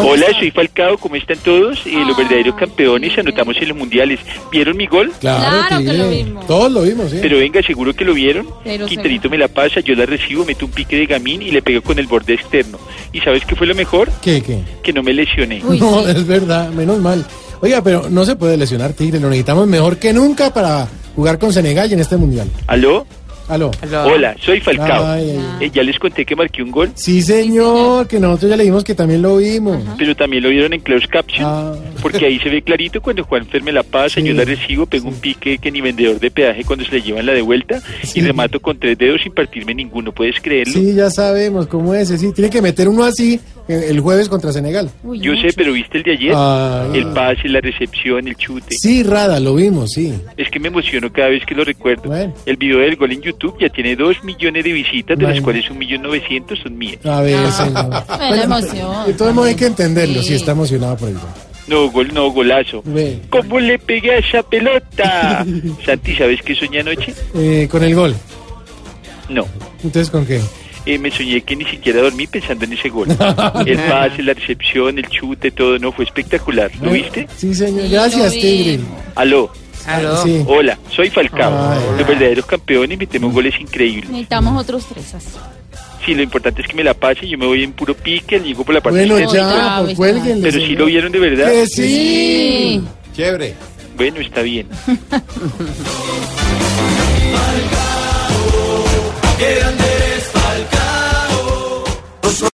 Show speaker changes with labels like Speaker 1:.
Speaker 1: Hola, soy Falcao, ¿cómo están todos? Y
Speaker 2: Ah.
Speaker 1: los verdaderos campeones anotamos en los mundiales. ¿Vieron mi gol?
Speaker 2: Claro,
Speaker 3: Claro que
Speaker 2: Tigre.
Speaker 3: lo vimos.
Speaker 2: Todos lo vimos, sí.
Speaker 1: Pero venga, seguro que lo vieron.
Speaker 3: Pero
Speaker 1: Quinterito me la pasa, yo la recibo, meto un pique de gamín y le pego con el borde externo. ¿Y sabes qué fue lo mejor?
Speaker 2: ¿Qué, qué?
Speaker 1: Que no me lesioné.
Speaker 3: Uy,
Speaker 2: no,
Speaker 3: sí.
Speaker 2: es verdad, menos mal. Oiga, pero no se puede lesionar Tigre, lo necesitamos mejor que nunca para jugar con Senegal y en este mundial.
Speaker 1: ¿Aló?
Speaker 2: Aló.
Speaker 1: Hola, soy Falcao.
Speaker 2: Ay, ay, ay.
Speaker 1: Eh, ya les conté que marqué un gol,
Speaker 2: Sí, señor, que nosotros ya le dijimos que también lo vimos.
Speaker 1: pero también lo vieron en Close Caption.
Speaker 2: Ah.
Speaker 1: Porque ahí se ve clarito cuando Juanfer me la pasa,
Speaker 2: Sí.
Speaker 1: yo la recibo, pego un pique que ni vendedor de peaje cuando se le llevan la de vuelta
Speaker 2: Sí.
Speaker 1: y remato con tres dedos sin partirme ninguno, ¿puedes creerlo?
Speaker 2: Sí, ya sabemos cómo es, sí. Tiene que meter uno así eh, el jueves contra Senegal.
Speaker 3: Uy,
Speaker 1: Yo sé,
Speaker 3: mucho.
Speaker 1: pero ¿viste el de ayer?
Speaker 2: Ah.
Speaker 1: El pase, la recepción, el chute.
Speaker 2: Sí, Rada, lo vimos, sí.
Speaker 1: Es que me emociono cada vez que lo recuerdo.
Speaker 2: Bueno.
Speaker 1: El video del gol en YouTube ya tiene dos millones de visitas, de las
Speaker 2: Bueno.
Speaker 1: cuales un millón novecientos son mías.
Speaker 2: A ver, señor.
Speaker 3: Fue Ah. la emoción.
Speaker 2: De todos modos hay que entenderlo, si
Speaker 3: Sí.
Speaker 2: está emocionado por el gol.
Speaker 1: No, gol, no, golazo.
Speaker 2: Ve.
Speaker 1: ¿Cómo le pegué a esa pelota? Santi, ¿sabes qué soñé anoche?
Speaker 2: Eh, con el gol.
Speaker 1: No.
Speaker 2: Entonces, ¿con qué?
Speaker 1: Eh, me soñé que ni siquiera dormí pensando en ese gol. El pase, la recepción, el chute, todo, no, fue espectacular. ¿Lo
Speaker 2: ¿Eh?
Speaker 1: viste?
Speaker 2: Sí, señor.
Speaker 3: Sí,
Speaker 2: Gracias,
Speaker 3: lo
Speaker 2: Tigre.
Speaker 3: vimos.
Speaker 1: Aló,
Speaker 4: Aló.
Speaker 2: Sí.
Speaker 1: hola, soy Falcao.
Speaker 2: Ah, hola.
Speaker 1: Los verdaderos campeones
Speaker 2: Mm.
Speaker 1: metemos goles increíbles.
Speaker 3: Necesitamos otros tres así.
Speaker 1: Sí, lo importante es que me la pase, yo me voy en puro pique, le digo por la parte
Speaker 2: Bueno,
Speaker 1: izquierda.
Speaker 3: Otra
Speaker 2: ya,
Speaker 3: vez,
Speaker 2: pues cuélguenle.
Speaker 1: Pero si
Speaker 2: señor.
Speaker 1: lo vieron de verdad.
Speaker 2: Que sí.
Speaker 5: Chévere.
Speaker 1: Bueno, está bien.